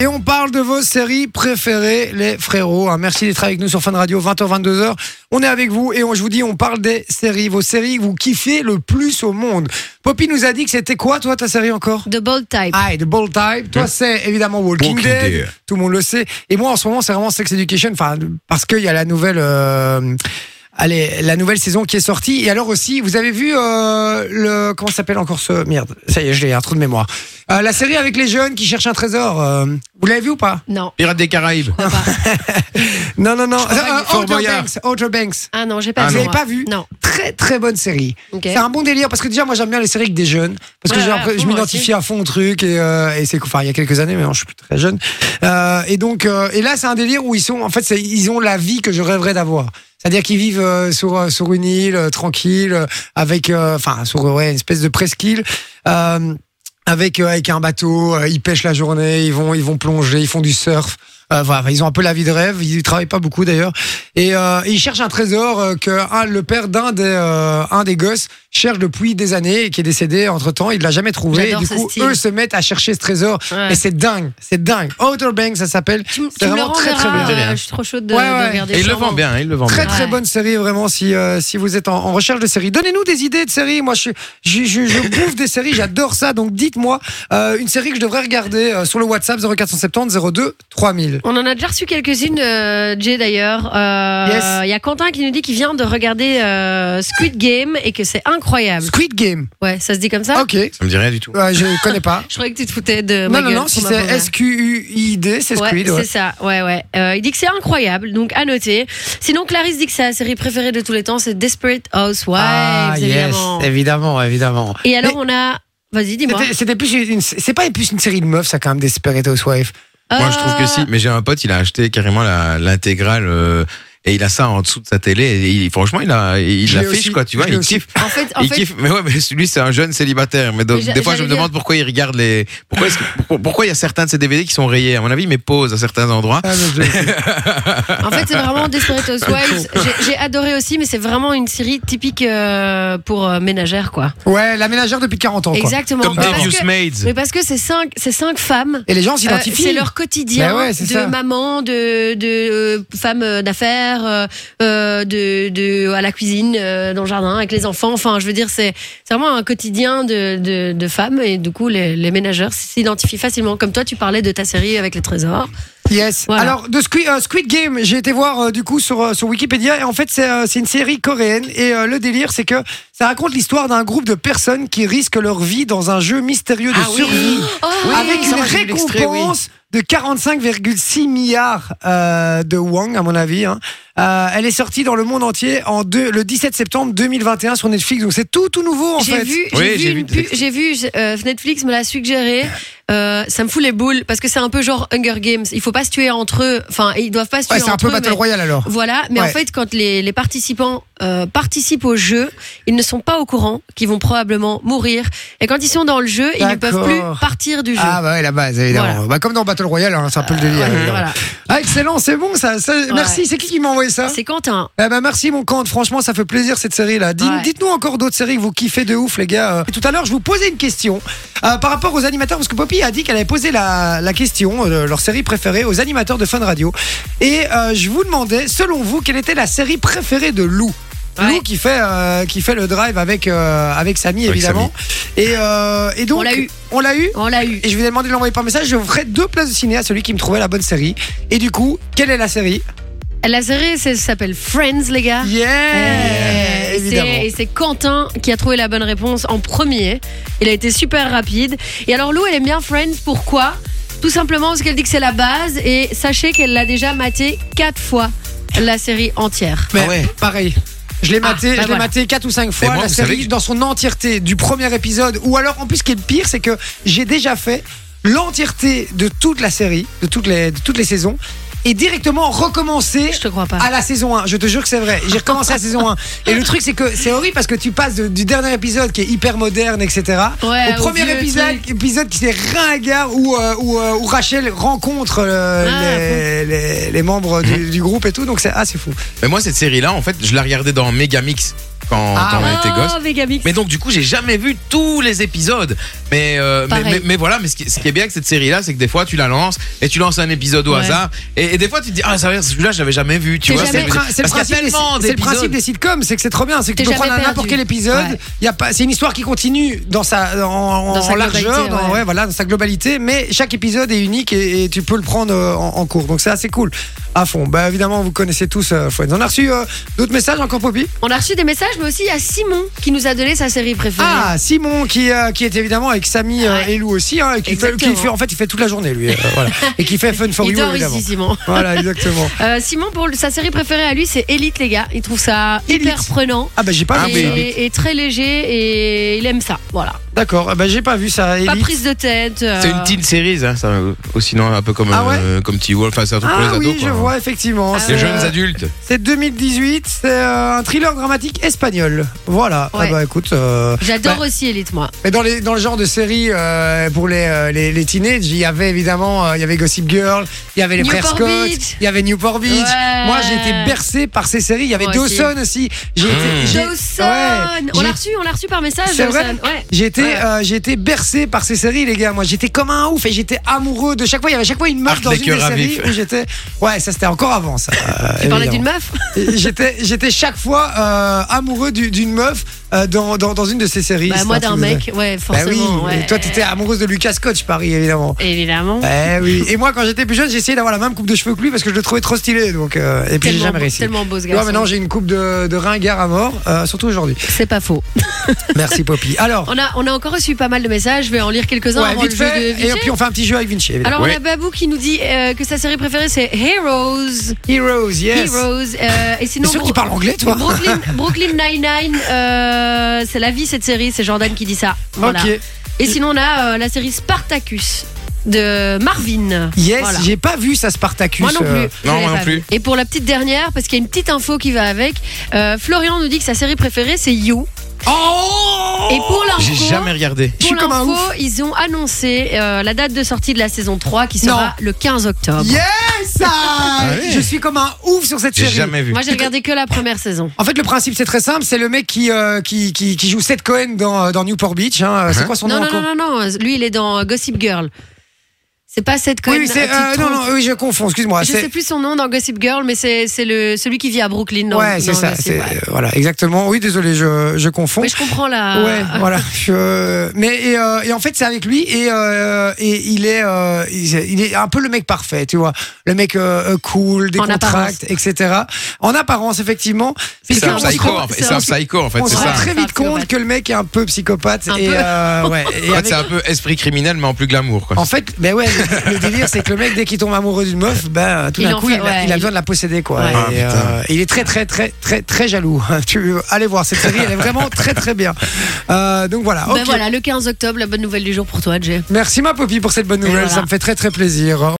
Et on parle de vos séries préférées, les frérots. hein. Merci d'être avec nous sur Fun Radio, 20h, 22h. On est avec vous et on, je vous dis, on parle des séries, vos séries que vous kiffez le plus au monde. Poppy nous a dit que c'était quoi, toi, ta série encore The Bold Type. Ah, et The Bold Type. Toi, c'est évidemment Walking, Walking Dead. Dead. Tout le monde le sait. Et moi, en ce moment, c'est vraiment Sex Education. Enfin, parce qu'il y a la nouvelle. euh, Allez, la nouvelle saison qui est sortie. Et alors aussi, vous avez vu euh, le comment ça s'appelle encore ce merde Ça y est, je l'ai un trou de mémoire. Euh, la série avec les jeunes qui cherchent un trésor. euh, vous l'avez vu ou pas Non. Ah bah. Pirates des Caraïbes. pas. Non, non, non. crois pas Euh, qu'il faut Outer Boyard. Banks. Outer Banks. Ah non, j'ai pas Ah vu. Vous l'avez moi. pas vu Non. Très très bonne série. Ok. C'est un bon délire parce que déjà moi j'aime bien les séries avec des jeunes parce que Ouais, j'ai ouais, l'impression- à je fond, m'identifie à fond au truc et, euh, et c'est enfin il y a quelques années mais non, je suis plus très jeune Euh, et donc euh, et là c'est un délire où ils sont en fait c'est- ils ont la vie que je rêverais d'avoir c'est-à-dire qu'ils vivent euh, sur euh, sur une île euh, tranquille euh, avec euh, enfin sur euh, ouais une espèce de presqu'île euh, avec euh, avec un bateau euh, ils pêchent la journée ils vont ils vont plonger ils font du surf euh, voilà, enfin, ils ont un peu la vie de rêve, ils travaillent pas beaucoup d'ailleurs. Et, euh, et ils cherchent un trésor euh, que un- le père d'un des, euh, un des gosses cherche depuis des années et qui est décédé entre temps, il l'a jamais trouvé. Et J'adore du ce coup, style. eux se mettent à chercher ce trésor. Ouais. Et c'est dingue, c'est dingue. Outer Banks, ça s'appelle. Tu, m- C'est tu me le vraiment très, très renverras, bien. euh, je suis trop chaude de, Ouais, de ouais. regarder. Et il le sûrement. vend bien, il le vend Très bien. très Ouais. bonne série vraiment si euh, si vous êtes en, en recherche de séries donnez-nous des idées de séries moi je suis- je, je, je bouffe des séries j'adore ça donc dites-moi euh, une série que je devrais regarder euh, sur le WhatsApp 0470 02 3000 On en a déjà reçu quelques-unes, euh, Jay d'ailleurs. Euh, Il Yes. y a Quentin qui nous dit qu'il vient de regarder euh, Squid Game et que c'est incroyable. Ah. Squid Game Ouais, ça se dit comme ça ok Ça me dit rien du tout. Ouais, je connais pas Je croyais que tu te foutais de ma Non, non, gueule non, si pour c'est m'avoir- S-Q-U-I-D, c'est Ouais, Squid. ouais. c'est ça, ouais, ouais. Euh, il dit que c'est incroyable, donc à noter. Sinon, Clarisse dit que sa série préférée de tous les temps, c'est Desperate Housewives, ah, yes, évidemment. évidemment, évidemment. Et alors, on a. Vas-y, dis-moi. C'était- C'était plus une, c'est pas plus une série de meufs, ça, quand même, Desperate Housewives. Euh, Moi, je trouve que si. Mais j'ai un pote, il a acheté carrément la- l'intégrale. euh, Et il a ça en dessous de sa télé. Et il- franchement, il a, il Je l'ai l'affiche, aussi. quoi, tu Je vois. l'ai Il aussi. kiffe. En fait, en il fait, kiffe. Mais ouais, mais lui, c'est un jeune célibataire. Mais donc, Mais j'a- des fois, je j'allais me demande pourquoi il regarde les, pourquoi est-ce que- pour- pourquoi il y a certains de ses DVD qui sont rayés. À mon avis, il met pause à certains endroits. Ah, mais je- En fait, c'est vraiment Desperate Housewives. J'ai- J'ai adoré aussi, mais c'est vraiment une série typique euh, pour euh, ménagères, quoi. ouais, la ménagère depuis 40 ans. quoi. Exactement. Comme mais, des parce Views que, Maids. mais parce que c'est cinq, c'est cinq femmes. Et les gens euh, s'identifient. c'est leur quotidien Bah ouais, c'est de ça. maman, de, de euh, femme euh, d'affaires, euh, euh, de, de à la cuisine, euh, dans le jardin, avec les enfants. Enfin, je veux dire, c'est c'est vraiment un quotidien de, de, de femmes et du coup, les, les ménageurs s'identifient facilement. Comme toi, tu parlais de ta série avec les trésors. Yes. Voilà. Alors, de Squid, euh, Squid Game, j'ai été voir euh, du coup sur, euh, sur Wikipédia et en fait, c'est euh, c'est une série coréenne. Et euh, le délire, c'est que ça raconte l'histoire d'un groupe de personnes qui risquent leur vie dans un jeu mystérieux de Ah oui. survie. Oh, avec ça, une moi, j'ai vu l'extrait, récompense de 45,6 milliards euh, de won à mon avis. hein. Euh, elle est sortie dans le monde entier en deux- le 17 septembre 2021 sur Netflix, donc c'est tout tout nouveau en J'ai fait. vu, Oui, j'ai vu, j'ai vu une des pu- extraits. j'ai vu, euh, Netflix me l'a suggéré. Euh, ça me fout les boules parce que c'est un peu genre Hunger Games. Il faut pas se tuer entre eux. Enfin, ils doivent pas se tuer Ouais, c'est entre un peu eux. Battle mais- Royale alors. Voilà, mais en Ouais. fait, quand les, les participants euh, participent au jeu, ils ne sont pas au courant qu'ils vont probablement mourir. Et quand ils sont dans le jeu, ils ne peuvent D'accord. plus partir du jeu. Ah bah ouais, la base évidemment. Voilà. Bah, comme dans Battle Royale, hein, c'est un peu le délire. Ouais, Euh, évidemment. voilà. Ah excellent, c'est bon ça. ça- Merci, c'est qui qui m'a envoyé ça C'est Quentin. Eh ben merci mon Kant, franchement ça fait plaisir cette série là. Ouais. Dites-nous encore d'autres séries que vous kiffez de ouf les gars. Euh, tout à l'heure je vous posais une question euh, par rapport aux animateurs parce que Poppy a dit qu'elle avait posé la, la question, euh, leur série préférée aux animateurs de Fun Radio. Et euh, je vous demandais selon vous quelle était la série préférée de Lou. Ouais. Lou qui fait euh, qui fait le drive avec euh, avec Samy Avec évidemment. Et, euh, et donc On l'a eu. On l'a eu On l'a eu. et je vous ai demandé de l'envoyer par message, je vous ferai deux places de ciné à celui qui me trouvait la bonne série. Et du coup, quelle est la série La série c'est- s'appelle Friends, les gars. Yeah, Euh, et Évidemment. Ah. c'est- Et c'est Quentin qui a trouvé la bonne réponse en premier. Il a été super rapide. Et alors Lou, elle aime bien Friends. Pourquoi Tout simplement parce qu'elle dit que c'est la base. Et sachez qu'elle l'a déjà maté quatre fois la série entière. Mais Ah ouais. pareil. Je l'ai Ah, maté, bah je l'ai voilà. maté 4 ou 5 fois Et moi, la vous série savez que- dans son entièreté du premier épisode ou alors en plus ce qui est le pire c'est que j'ai déjà fait l'entièreté de toute la série, de toutes les de toutes les saisons et directement recommencer Je te crois pas. à la saison 1, je te jure que c'est vrai. J'ai recommencé la saison 1. Et le truc, c'est que c'est horrible parce que tu passes de- du dernier épisode qui est hyper moderne, etc., Ouais, au au premier vieux épisode, truc. épisode qui est ringard où, euh, où, euh, où Rachel rencontre euh, Ah, les, les- les membres du, du groupe et tout. Donc c'est assez fou. Mais moi, cette série-là, en fait, je la regardais dans Megamix. quand, quand on était gosse. Oh, Vegamix. Mais donc du coup j'ai jamais vu tous les épisodes. Mais euh, mais, Pareil. mais- mais voilà, mais ce qui, ce qui est bien avec cette série là, c'est que des fois tu la lances et tu lances un épisode au Ouais. hasard et, et des fois tu te dis ah ça veut dire celui-là je l'avais jamais vu, tu T'es vois. jamais- C'est le, ça veut prin- dire- c'est le parce qu'il y principe a des, tellement c'est le principe d'épisodes. des sitcoms, c'est que c'est trop bien, c'est que tu T'es peux jamais prendre n'importe perdu. quel épisode. Ouais. Il Y a pas, c'est une histoire qui continue dans sa, en, en- Dans sa en largeur, globalité, dans, ouais. ouais, voilà, dans sa globalité, mais chaque épisode est unique et, et tu peux le prendre euh, en, en cours. Donc c'est assez cool. À fond. Bah évidemment, vous connaissez tous euh, Friends. On a reçu euh, d'autres messages encore, Poppy. On a reçu des messages, mais aussi il y a Simon qui nous a donné sa série préférée. Ah, Simon qui, euh, qui est évidemment avec Samy euh, Ouais. et Lou aussi, hein, et qui, fait, Exactement. qui fait- en fait il fait toute la journée lui, euh, voilà. et qui fait Fun for il You dort évidemment. ici, Simon. Voilà exactement. Euh, Simon, pour le- sa série préférée à lui, c'est Elite, les gars. Il trouve ça hyper Elite. prenant. Ah bah j'ai pas Ah, et, vu. ça. oui. et très léger et il aime ça, voilà. D'accord, Ah bah j'ai pas vu ça. Pas Elite. prise de tête. euh, C'est une teen series, hein, ça, euh, ou sinon un peu comme Ah euh, comme Teen Wolf, enfin, c'est un truc Ah pour les oui, ados. je quoi. vois effectivement. Ah C'est- euh, Les ouais. jeunes adultes. C'est 2018, c'est euh, un thriller dramatique espagnol. Voilà. Ouais. Ah bah écoute. euh, J'adore bah, aussi Elite, moi. mais dans, les, dans le genre de série euh, pour les, euh, les, les teenagers, il y avait évidemment euh, il y avait Gossip Girl, il y avait les frères Newport Scott, Beach. il y avait Newport Beach. Ouais. Moi j'ai été bercé par ces séries. Il y avait Moi aussi. Dawson aussi. J'ai Mmh. été- j'ai- Dawson ouais, On j'ai- l'a reçu, on l'a reçu par message. C'est vrai Dawson. Ouais. J'ai été, Ouais. euh, j'ai été bercé par ces séries, les gars. Moi, j'étais comme un ouf et j'étais amoureux de chaque fois. Il y avait chaque fois une meuf Arc dans des une cœurs des à séries vif. où j'étais. Ouais, ça c'était encore avant ça. euh, Tu parlais évidemment. d'une meuf Et J'étais, j'étais chaque fois euh, amoureux du- d'une meuf euh, dans, dans, dans une de ces séries. bah, C'est Moi un truc d'un de- mec, ouais, Bah oui. forcément. ouais. Et toi, t'étais amoureuse de Lucas Scott, je parie évidemment. Évidemment. Eh oui. Et moi, quand j'étais plus jeune, j'ai essayé d'avoir la même coupe de cheveux que lui parce que je le trouvais trop stylé. Donc, euh, et puis j'ai tellement, jamais réussi. tellement beau ce Tu vois, garçon. maintenant j'ai une coupe de, de ringard à mort, euh, surtout aujourd'hui. C'est pas faux. Merci Poppy. Alors, On a, on a encore reçu pas mal de messages, je vais en lire quelques-uns ouais, avant vite le jeu fait. de Vinci. Et puis on fait un petit jeu avec Vinci. évidemment. Alors on Ouais. a Babou qui nous dit euh, que sa série préférée c'est Heroes. Heroes, yes. Heroes. euh, et T'es sinon sûr Bro- qu'il parle anglais, toi Brooklyn, Brooklyn Nine-Nine, euh, c'est la vie cette série, c'est Jordan qui dit ça. Voilà. Ok. Et sinon on a euh, la série Spartacus de Marvin. Yes, Voilà. j'ai pas vu ça Spartacus. Moi non plus. euh, je non, l'avais moi non pas vu. Et pour la petite dernière, parce qu'il y a une petite info qui va avec, euh, Florian nous dit que sa série préférée c'est You. Oh Et pour l'info, J'ai jamais regardé. Je suis Pour comme un l'info, ouf. ils ont annoncé euh, la date de sortie de la saison 3 qui sera Non. le 15 octobre. Yes Ah oui. Je suis comme un ouf sur cette J'ai série. jamais vu. Moi, j'ai regardé que la première saison. En fait, le principe, c'est très simple. C'est le mec qui, euh, qui, qui, qui joue Seth Cohen dans, euh, dans Newport Beach. Hein. C'est Hein quoi son Non, nom non, encore non, non, non, lui, il est dans euh, Gossip Girl. C'est pas Seth Cohen. Oui, oui, c'est. tu euh, te non, trompes. non, oui, je confonds, excuse-moi. Je c'est- sais plus son nom dans Gossip Girl, mais c'est c'est le celui qui vit à Brooklyn. dans- ouais, dans c'est ça. Gossip, c'est- ouais. euh, Voilà, exactement. Oui, désolé, je, je confonds. Mais je comprends la. Ouais, voilà. Je- Mais et, euh, et en fait, c'est avec lui et, euh, et il est euh, il est- il est un peu le mec parfait, tu vois, le mec euh, euh, cool, des En contracts, etc. En apparence, effectivement, C'est puisque un on se psycho, rend- en fait. C'est un psycho, en fait, on c'est se ça. rend très C'est un vite compte psychopathe. que le mec est un peu psychopathe Un et peu. euh, ouais. Et En fait, avec- c'est un peu esprit criminel, mais en plus glamour, quoi. en fait, ben ouais, le, le délire c'est que le mec dès qu'il tombe amoureux d'une meuf, ben tout Il d'un en coup fait- il, a, ouais, il a il- besoin de la posséder quoi. Ouais. Et, Ah, putain. euh, il est très très très très très jaloux. tu allez voir cette série, elle est vraiment très très bien. Euh, donc voilà. Ben ok. voilà, le 15 octobre, la bonne nouvelle du jour pour toi, Jay. Merci ma Poppy pour cette bonne nouvelle, voilà. ça me fait très très plaisir.